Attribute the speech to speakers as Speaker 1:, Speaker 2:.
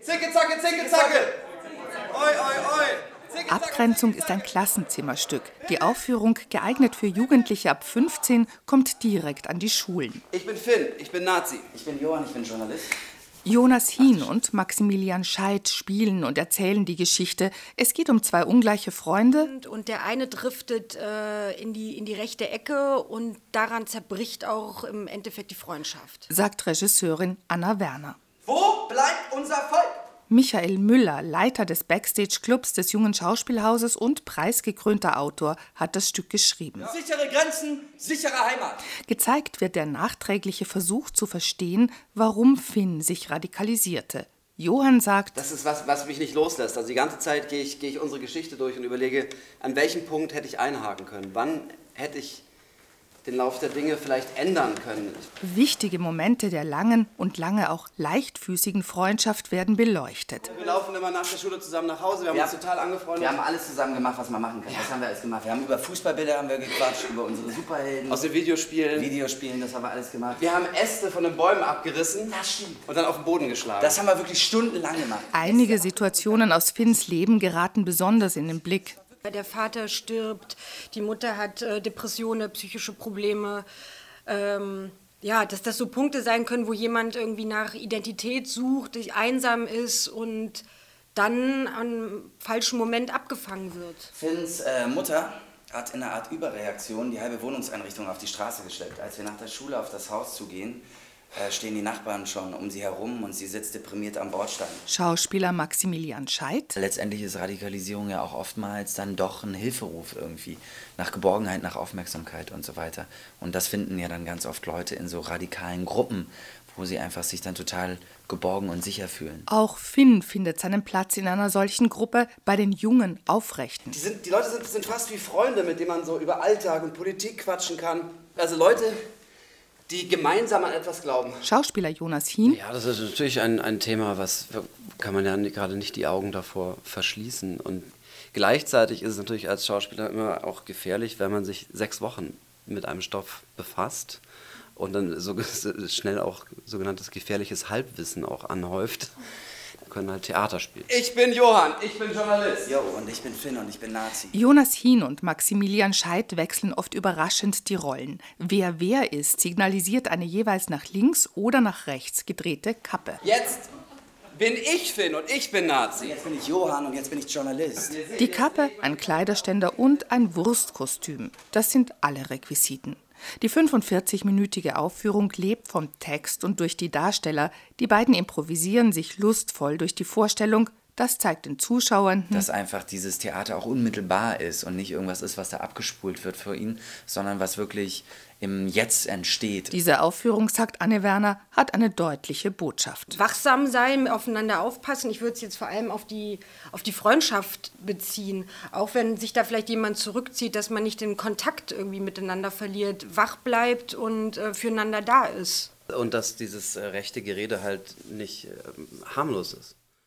Speaker 1: Zicke, zacke, zicke, zacke! Oi, oi, oi! Zicke, zacke,
Speaker 2: Abgrenzung ist ein Klassenzimmerstück. Die Aufführung, geeignet für Jugendliche ab 15, kommt direkt an die Schulen.
Speaker 1: Ich bin Finn, ich bin Nazi.
Speaker 3: Ich bin Johann, ich bin Journalist.
Speaker 2: Jonas Hien und Maximilian Scheid spielen und erzählen die Geschichte. Es geht um zwei ungleiche Freunde.
Speaker 4: Und, und der eine driftet äh, in, die, in die rechte Ecke und daran zerbricht auch im Endeffekt die Freundschaft.
Speaker 2: sagt Regisseurin Anna Werner.
Speaker 1: Wo bleibt unser Volk?
Speaker 2: Michael Müller, Leiter des Backstage-Clubs des Jungen Schauspielhauses und preisgekrönter Autor, hat das Stück geschrieben.
Speaker 1: Sichere Grenzen, sichere Heimat.
Speaker 2: Gezeigt wird der nachträgliche Versuch zu verstehen, warum Finn sich radikalisierte. Johann sagt,
Speaker 3: Das ist was, was mich nicht loslässt. Also die ganze Zeit gehe ich, gehe ich unsere Geschichte durch und überlege, an welchem Punkt hätte ich einhaken können? Wann hätte ich den Lauf der Dinge vielleicht ändern können?
Speaker 2: wichtige Momente der langen und lange auch leichtfüßigen Freundschaft werden beleuchtet.
Speaker 3: Wir laufen immer nach der Schule zusammen nach Hause, wir haben
Speaker 1: Ja.
Speaker 3: uns total angefreundet.
Speaker 1: Wir haben alles zusammen gemacht, was man machen kann. Das haben wir alles gemacht. Wir haben über Fußballbilder haben wir gequatscht, über unsere Superhelden,
Speaker 3: Aus den Videospielen.
Speaker 1: Videospielen, das haben wir alles gemacht.
Speaker 3: Wir haben Äste von den Bäumen abgerissen und dann auf den Boden geschlagen.
Speaker 1: Das haben wir wirklich stundenlang gemacht.
Speaker 2: Einige Situationen aus Finns Leben geraten besonders in den Blick.
Speaker 4: Der Vater stirbt, die Mutter hat äh, Depressionen, psychische Probleme. Ähm, ja, dass das so Punkte sein können, wo jemand irgendwie nach Identität sucht, einsam ist und dann am falschen Moment abgefangen wird.
Speaker 1: Finns äh, Mutter hat in einer Art Überreaktion die halbe Wohnungseinrichtung auf die Straße gestellt. Als wir nach der Schule auf das Haus zugehen, äh, stehen die Nachbarn schon um sie herum und sie sitzt deprimiert am Bordstein.
Speaker 2: Schauspieler Maximilian Scheid,
Speaker 5: Letztendlich ist Radikalisierung ja auch oftmals dann doch ein Hilferuf irgendwie nach Geborgenheit, nach Aufmerksamkeit und so weiter. Und das finden ja dann ganz oft Leute in so radikalen Gruppen, wo sie einfach sich dann total geborgen und sicher fühlen.
Speaker 2: auch Finn findet seinen Platz in einer solchen Gruppe bei den jungen Aufrechten.
Speaker 3: Die, sind, die Leute sind, sind fast wie Freunde, mit denen man so über Alltag und Politik quatschen kann. Also Leute, die gemeinsam an etwas glauben.
Speaker 2: Schauspieler Jonas Hien
Speaker 6: Ja, das ist natürlich ein, ein Thema, was kann man ja ni- gerade nicht die Augen davor verschließen. Und gleichzeitig ist es natürlich als Schauspieler immer auch gefährlich, wenn man sich sechs Wochen mit einem Stoff befasst und dann so so schnell auch sogenanntes gefährliches Halbwissen auch anhäuft. Da können halt Theater spielen.
Speaker 3: Ich bin Johann, ich bin Journalist.
Speaker 1: Jo, und ich bin Finn und ich bin Nazi.
Speaker 2: Jonas Hien und Maximilian Scheid wechseln oft überraschend die Rollen. Wer wer ist, signalisiert eine jeweils nach links oder nach rechts gedrehte Kappe.
Speaker 3: Jetzt bin ich Finn und ich bin Nazi.
Speaker 1: Jetzt bin ich Johann und jetzt bin ich Journalist.
Speaker 2: Die Kappe, ein Kleiderständer und ein Wurstkostüm, das sind alle Requisiten. Die 45-minütige Aufführung lebt vom Text und durch die Darsteller. Die beiden improvisieren sich lustvoll durch die Vorstellung. Das zeigt den Zuschauern,
Speaker 5: Dass einfach dieses Theater auch unmittelbar ist und nicht irgendwas ist, was da abgespult wird für ihn, sondern was wirklich im Jetzt entsteht.
Speaker 2: diese Aufführung, sagt Anne Werner, hat eine deutliche Botschaft.
Speaker 4: wachsam sein, aufeinander aufpassen. Ich würde es jetzt vor allem auf die, auf die Freundschaft beziehen. Auch wenn sich da vielleicht jemand zurückzieht, dass man nicht den Kontakt irgendwie miteinander verliert, wach bleibt und äh, füreinander da ist.
Speaker 6: Und dass dieses äh, rechte Gerede halt nicht ähm, harmlos ist.